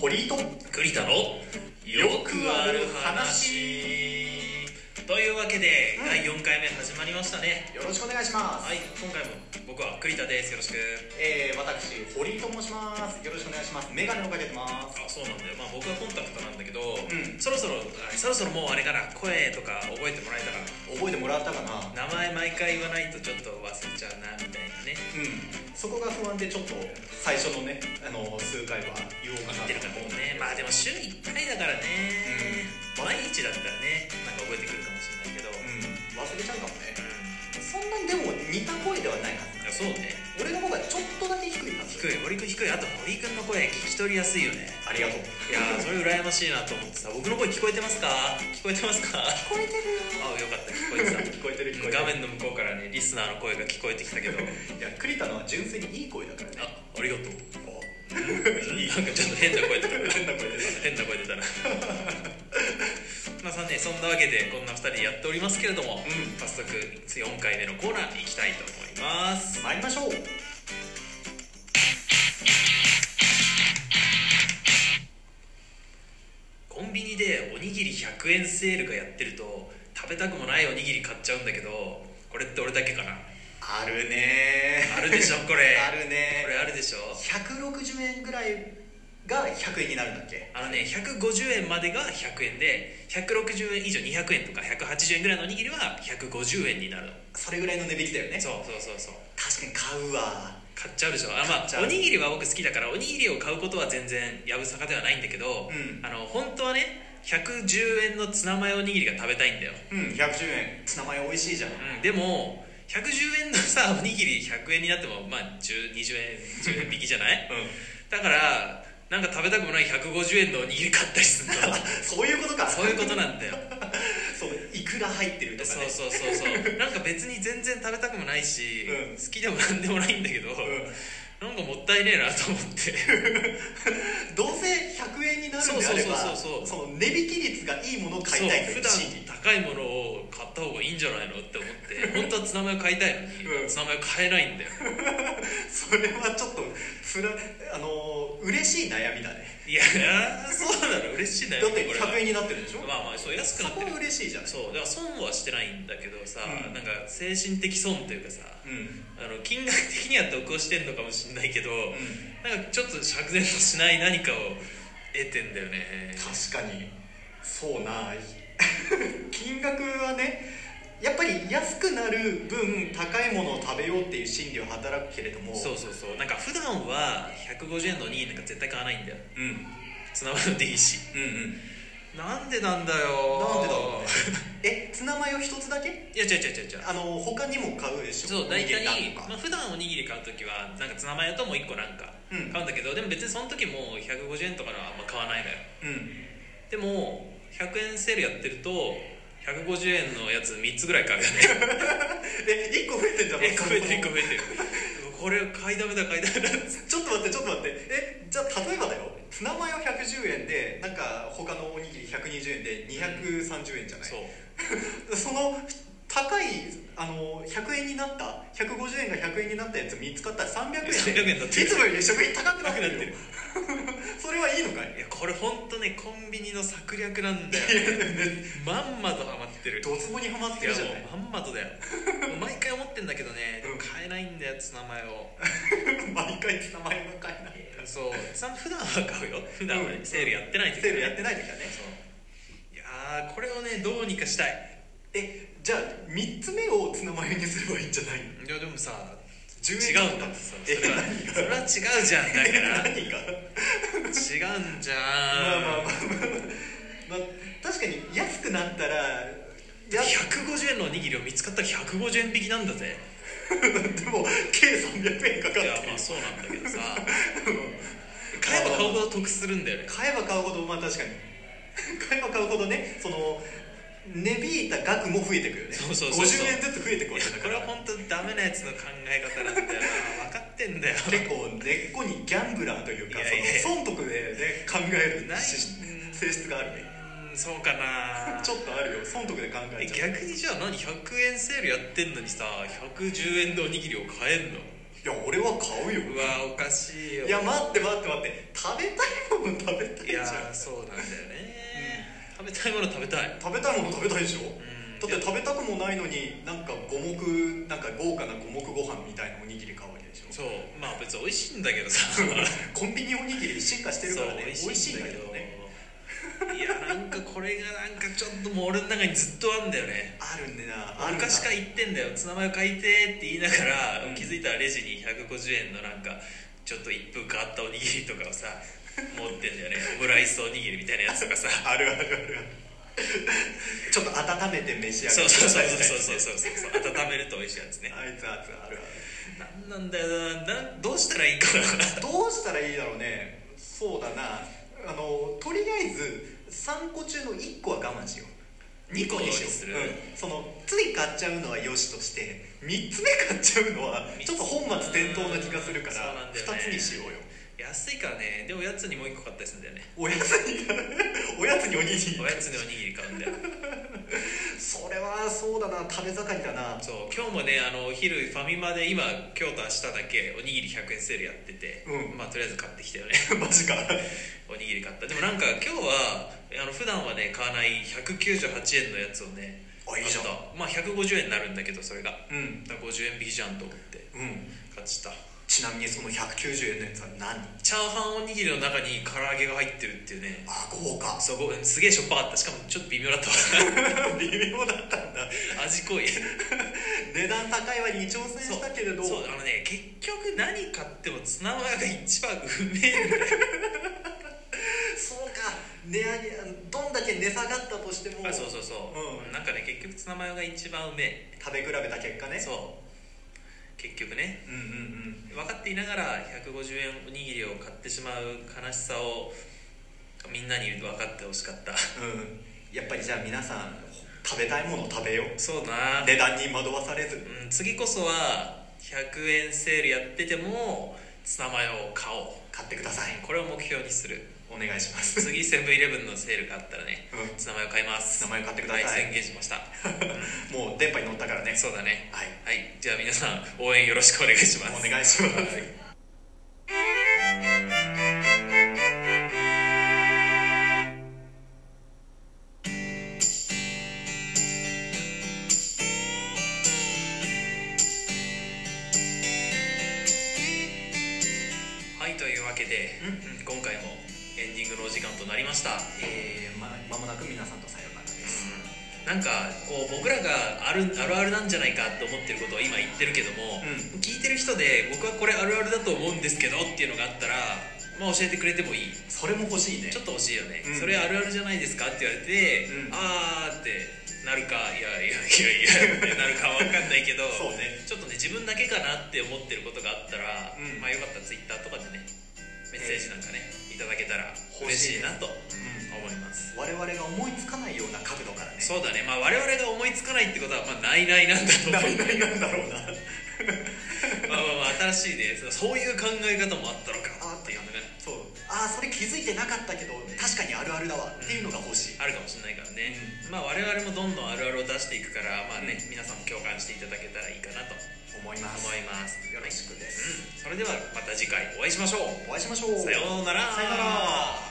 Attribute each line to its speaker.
Speaker 1: 堀井と
Speaker 2: 栗田のよくある話というわけで、
Speaker 1: うん
Speaker 2: 第4回目始まりましたね
Speaker 1: よろしくお願いします、
Speaker 2: はい今回も僕は栗田ですよろしく
Speaker 1: えー、私堀井と申しますよろしくお願いしますメガネをかけてます
Speaker 2: あそうなんだよまあ僕はコンタクトなんだけど、
Speaker 1: ん
Speaker 2: そろそろあそろそろもうあれかな声とか覚えてもらえたら
Speaker 1: 覚えてもらったかなうん
Speaker 2: 名前毎回言わないとちょっと忘れちゃうなみたいなね
Speaker 1: そこが不安でちょっと最初のねあの数回は言おうかな
Speaker 2: 言ってるか
Speaker 1: と思
Speaker 2: も
Speaker 1: うん
Speaker 2: ねまあでも週1回だからね、毎日だったらねなんか覚えてくるかもしれないけど、
Speaker 1: うん忘れちゃうかもね
Speaker 2: う
Speaker 1: そんなにでも似た声ではないはず
Speaker 2: ん、そうね
Speaker 1: 俺の方がちょっとだけ低いはず
Speaker 2: 低い堀君低いあと堀君の声聞き取りやすいよね
Speaker 1: ありがとう
Speaker 2: いやーそれ羨ましいなと思ってさ僕の声聞こえてますか聞こえてますかあ
Speaker 1: 聞こえてる
Speaker 2: よかった聞こえて
Speaker 1: 聞こえてる聞こえてる
Speaker 2: た画面の向こうからねリスナーの声が聞こえてきたけど
Speaker 1: いや栗田のは純粋にいい声だからね
Speaker 2: あありがとうなんかちょっと 変な声出た
Speaker 1: 変な声出
Speaker 2: 変な声出たな まあさねそんなわけでこんな2人でやっておりますけれども、
Speaker 1: ん
Speaker 2: 早速4回目のコーナーいきたいと思います
Speaker 1: 参りましょう
Speaker 2: コンビニでおにぎり100円セールがやってると食べたくもないおにぎり買っちゃうんだけどこれって俺だけかな
Speaker 1: あるね
Speaker 2: あるでしょこ れ
Speaker 1: あるね
Speaker 2: これあるでしょ
Speaker 1: 160円ぐらいが100円になるんだっけ
Speaker 2: あのね150円までが100円で160円以上200円とか180円ぐらいのおにぎりは150円になるの
Speaker 1: それぐらいの値引きだよね
Speaker 2: そうそうそうそう
Speaker 1: 確かに買うわ
Speaker 2: 買っちゃうでしょあ
Speaker 1: 買
Speaker 2: ま
Speaker 1: っちゃ
Speaker 2: あ
Speaker 1: う
Speaker 2: おにぎりは僕好きだからおにぎりを買うことは全然やぶさかではないんだけど、
Speaker 1: うん
Speaker 2: あの本当はね110円のツナマヨおにぎりが食べたいんだよ
Speaker 1: うん110円ツナマヨ美味しいじゃん
Speaker 2: うん、でも110円のさおにぎり100円になってもまあ10 20円10円引きじゃない だからなんか食べたくもない150円のおにぎり買ったりするの
Speaker 1: そういうことか
Speaker 2: そういう ことなんだよ
Speaker 1: そういくら入ってるとか
Speaker 2: そう
Speaker 1: ね
Speaker 2: そうそう そうなんか別に全然食べたくもないし、
Speaker 1: うん
Speaker 2: 好きでもなんでもないんだけど、なんかもったいねえなと思って
Speaker 1: うんどうせ100円になるんであれば
Speaker 2: そうそうそうそう
Speaker 1: その値引き率がいいものを買いたいと
Speaker 2: そう
Speaker 1: いう
Speaker 2: 普段
Speaker 1: 心理
Speaker 2: 高いものを買った方がいいんじゃないのって思って本当はツナマヨ買いたいのに、
Speaker 1: うん
Speaker 2: ツナマヨ買えないんだよ
Speaker 1: それはちょっとつらあのー嬉しい悩みだね
Speaker 2: いやー そうなの嬉しいね
Speaker 1: だって
Speaker 2: これは
Speaker 1: 100円になってるでしょ
Speaker 2: まあまあそう安く
Speaker 1: そ
Speaker 2: なって
Speaker 1: こ
Speaker 2: る
Speaker 1: は嬉しいじゃん
Speaker 2: そうだから損はしてないんだけどさ、
Speaker 1: うん
Speaker 2: なんか精神的損というかさ
Speaker 1: うん
Speaker 2: あの金額的には得をしてんのかもしんないけど、
Speaker 1: うん
Speaker 2: なんかちょっと釈然としない何かを得てんだよね
Speaker 1: 確かにそうな 金額はねやっぱり安くなる分高いものを食べようっていう心理は働くけれども
Speaker 2: そうそうそうなんか普段は150円の2なんか絶対買わないんだよ
Speaker 1: うん、うん
Speaker 2: ツナマヨでいいし
Speaker 1: うん
Speaker 2: なんでなんだよ
Speaker 1: なんでだろうねえツナマヨ一つだけ
Speaker 2: いや違う違う違う違う
Speaker 1: あの他にも買うでしょ
Speaker 2: そう大
Speaker 1: おにぎ
Speaker 2: 体
Speaker 1: りなん
Speaker 2: ま
Speaker 1: か
Speaker 2: あ、普段おにぎり買う時はなんかツナマヨともう1個なんか
Speaker 1: うん
Speaker 2: 買うんだけど、でも別にその時もう150円とかのはあんま買わないのよ
Speaker 1: うん
Speaker 2: でも100円セールやってると150円のやつ3つぐらい買うよね
Speaker 1: え一個増 えてんじゃん
Speaker 2: え増えてる1個増えてる これ買いだめだ買いだめだ
Speaker 1: ちょっと待ってちょっと待ってえじゃあ例えばだよツナマヨ110円でなんか他のおにぎり120円で230円じゃない、
Speaker 2: そう
Speaker 1: その高いあの100円になった150円が100円になったやつ見つかったら300円で
Speaker 2: 300円だって
Speaker 1: いつもより食品高くなって
Speaker 2: 高くなって
Speaker 1: る
Speaker 2: る
Speaker 1: よそれはいいのかい
Speaker 2: いやこれ本当ねコンビニの策略なんだよねまんまとハマってる
Speaker 1: ドツボにはまっ
Speaker 2: い
Speaker 1: て
Speaker 2: や
Speaker 1: るじゃない
Speaker 2: もうまんまとだよもう毎回思ってんだけどねでも
Speaker 1: うん
Speaker 2: 買えないんだよツナマヨ
Speaker 1: 毎回ツナマヨが買えない
Speaker 2: そうさ普段は買うよ普段はね
Speaker 1: うん
Speaker 2: セールやってない時
Speaker 1: セールやっ
Speaker 2: ね
Speaker 1: てない時はね
Speaker 2: そういやーこれをねどうにかしたい
Speaker 1: えじゃあ3つ目をツナマヨにすればいいんじゃないの
Speaker 2: いやでもさ
Speaker 1: 10
Speaker 2: 違
Speaker 1: 円
Speaker 2: うんだってさそ
Speaker 1: え
Speaker 2: れはそれは違うじゃん だから
Speaker 1: 何が
Speaker 2: 違うんじゃ
Speaker 1: まあまあまあま
Speaker 2: ん、
Speaker 1: あ、まあ、確かに安くなったらや
Speaker 2: 150円のおにぎりを見つかったら150円引きなんだぜ
Speaker 1: でも計300円かかって
Speaker 2: い
Speaker 1: る
Speaker 2: やまあそうなんだ けどさ買えば買うほど得するんだよね
Speaker 1: 買えば買うほどまあ確かに 買えば買うほどねその値引いた額も増えてくよね
Speaker 2: そうそうそうそう
Speaker 1: 50円ずつ増えてくわけだ
Speaker 2: こ
Speaker 1: か
Speaker 2: れは
Speaker 1: ら
Speaker 2: 本当ダメなやつの考え方なんだよな分かってんだよ
Speaker 1: 結構根っこにギャンブラーというか
Speaker 2: いやいやいや
Speaker 1: その損得で、ね、考える
Speaker 2: ない
Speaker 1: し性質があるね
Speaker 2: うんそうかな
Speaker 1: ちょっとあるよ損得で考え
Speaker 2: え
Speaker 1: ちゃう
Speaker 2: 逆にじゃあ何100円セールやってんのにさ110円のおにぎりを買えんの
Speaker 1: いや俺は買うよ
Speaker 2: うわおかしいよ
Speaker 1: いや待って待って待って食べたいもの食べたい
Speaker 2: い
Speaker 1: じゃ
Speaker 2: や
Speaker 1: ん
Speaker 2: ーそうなんだよね、食べたいもの食べたい
Speaker 1: 食べたいもの食べたいでしょ
Speaker 2: うん
Speaker 1: だって食べたくもないのになんか五目なんか豪華な五目ご飯みたいなおにぎり買うわけでしょ
Speaker 2: そうまあ別に美味しいんだけどさ
Speaker 1: コンビニおにぎり進化してるからね美味しいんだけどね
Speaker 2: いやなんかこれがなんかちょっともう俺の中にずっとあんだよね
Speaker 1: あるんでなあるんだ
Speaker 2: 昔から言ってんだよツナマヨ買いてーって言いながら、
Speaker 1: うん
Speaker 2: 気づいたらレジに150円のなんかちょっと一風変わったおにぎりとかをさ持ってんだよねオムライスおにぎりみたいなやつとかさ
Speaker 1: あるあるあるちょっと温めて召し上
Speaker 2: そ
Speaker 1: が
Speaker 2: う
Speaker 1: って
Speaker 2: そ
Speaker 1: く
Speaker 2: う
Speaker 1: だ
Speaker 2: そう
Speaker 1: さいみたいな
Speaker 2: そうそうそうそう温めると美味しいやつね
Speaker 1: あいつあいつあるある
Speaker 2: なんなんだよななどうしたらいいかな
Speaker 1: どうしたらいいだろうねそうだなあのとりあえず3個中の1個は我慢しよう
Speaker 2: 二個
Speaker 1: にしよう
Speaker 2: にする
Speaker 1: うん、そのつい買っちゃうのはよしとして3つ目買っちゃうのはちょっと本末転倒な気がするか
Speaker 2: そうな
Speaker 1: ら
Speaker 2: んだよね
Speaker 1: 2つにしようよ
Speaker 2: 安いからねでもおやつにもう一個買ったりするんだよね
Speaker 1: おやつにおやつにおにぎり
Speaker 2: おやつでおにぎり買うんだよ
Speaker 1: それはそうだな食べ盛りだな
Speaker 2: そう今日もねあのお昼ファミマで今今日と明日だけおにぎり100円セールやってて、
Speaker 1: うん
Speaker 2: まあとりあえず買ってきたよね
Speaker 1: マジか
Speaker 2: おにぎり買ったでもなんか今日はあの普段はね買わない198円のやつをね
Speaker 1: あいいじゃん
Speaker 2: 買ったまあ150円になるんだけどそれが
Speaker 1: うん
Speaker 2: だから50円引きじゃんと思って
Speaker 1: うん
Speaker 2: 買っちゃった
Speaker 1: ちなみにその190円のやつは何
Speaker 2: チャーハンおにぎりの中に唐揚げが入ってるっていうね
Speaker 1: あ豪華
Speaker 2: そこすげえしょっぱかったしかもちょっと微妙だった
Speaker 1: 微妙だったんだ
Speaker 2: わ味濃い
Speaker 1: 値段高いはに挑戦したけれど
Speaker 2: そうあのね結局何買ってもツナマヨが一番うめえんだよ
Speaker 1: そうか値上げどんだけ値下がったとしても
Speaker 2: あそうそうそう、
Speaker 1: うん
Speaker 2: なんかね結局ツナマヨが一番うめ
Speaker 1: 食べ比べた結果
Speaker 2: え
Speaker 1: ね
Speaker 2: そう結局ね
Speaker 1: うんうんうん
Speaker 2: 分かっていながら150円おにぎりを買ってしまう悲しさをみんなに分かってほしかった
Speaker 1: うんやっぱりじゃあ皆さん食べたいものを食べよう
Speaker 2: そうだな、
Speaker 1: 値段に惑わされず
Speaker 2: うん、次こそは100円セールやっててもツナマヨを買おう
Speaker 1: 買ってください
Speaker 2: これを目標にする
Speaker 1: お願いします
Speaker 2: 次セブンイレブンのセールがあったらね
Speaker 1: うん
Speaker 2: ツナマヨ買います
Speaker 1: 名前買ってください、
Speaker 2: はい、宣言しました
Speaker 1: もう電波に乗ったからね
Speaker 2: そうだね
Speaker 1: はい
Speaker 2: はいじゃあ皆さん応援よろしくお願いします
Speaker 1: お願いします
Speaker 2: はいはいというわけで、今回もエンディングのお時間となりました、
Speaker 1: えー、ままもなく皆さんとさようならです、
Speaker 2: なんかこう僕らがあるあるあるなんじゃないかって思ってることを今言ってるけども、
Speaker 1: う
Speaker 2: 聞いてる人で僕はこれあるあるだと思うんですけどっていうのがあったら、まあ、教えてくれてもいい
Speaker 1: それも欲しいね
Speaker 2: ちょっと欲しいよね、
Speaker 1: うん
Speaker 2: それあるあるじゃないですかって言われて、
Speaker 1: うん
Speaker 2: あーってなるかいやいやいやいやってなるかわかんな いけど
Speaker 1: そうね
Speaker 2: ちょっとね自分だけかなって思ってることがあったら、
Speaker 1: うん
Speaker 2: まあよかったらツイッターとかでねメッセージなんかね、いただけたら
Speaker 1: 欲し
Speaker 2: 嬉し
Speaker 1: い
Speaker 2: い
Speaker 1: ね
Speaker 2: なと思います
Speaker 1: 我々が思いつかないような角度からね
Speaker 2: そうだね、まあ、我々が思いつかないってことは、まあ、ないないなんだと思
Speaker 1: な
Speaker 2: う
Speaker 1: いないなんだろうな
Speaker 2: まあまあまあ新しいねそうそういう考え方もあったのかっていうのがね
Speaker 1: そうああそれ気づいてなかったけど確かにあるあるだわっていうのが欲しい、
Speaker 2: あるかもしれないからね、まあ、我々もどんどんあるあるを出していくから、まあね
Speaker 1: う
Speaker 2: 皆さんも共感していただけたらいいかなと思
Speaker 1: 思います
Speaker 2: います、
Speaker 1: よろしくです、
Speaker 2: それではまた次回お会いしましょう
Speaker 1: お会いしましょう
Speaker 2: さようなら
Speaker 1: さようなら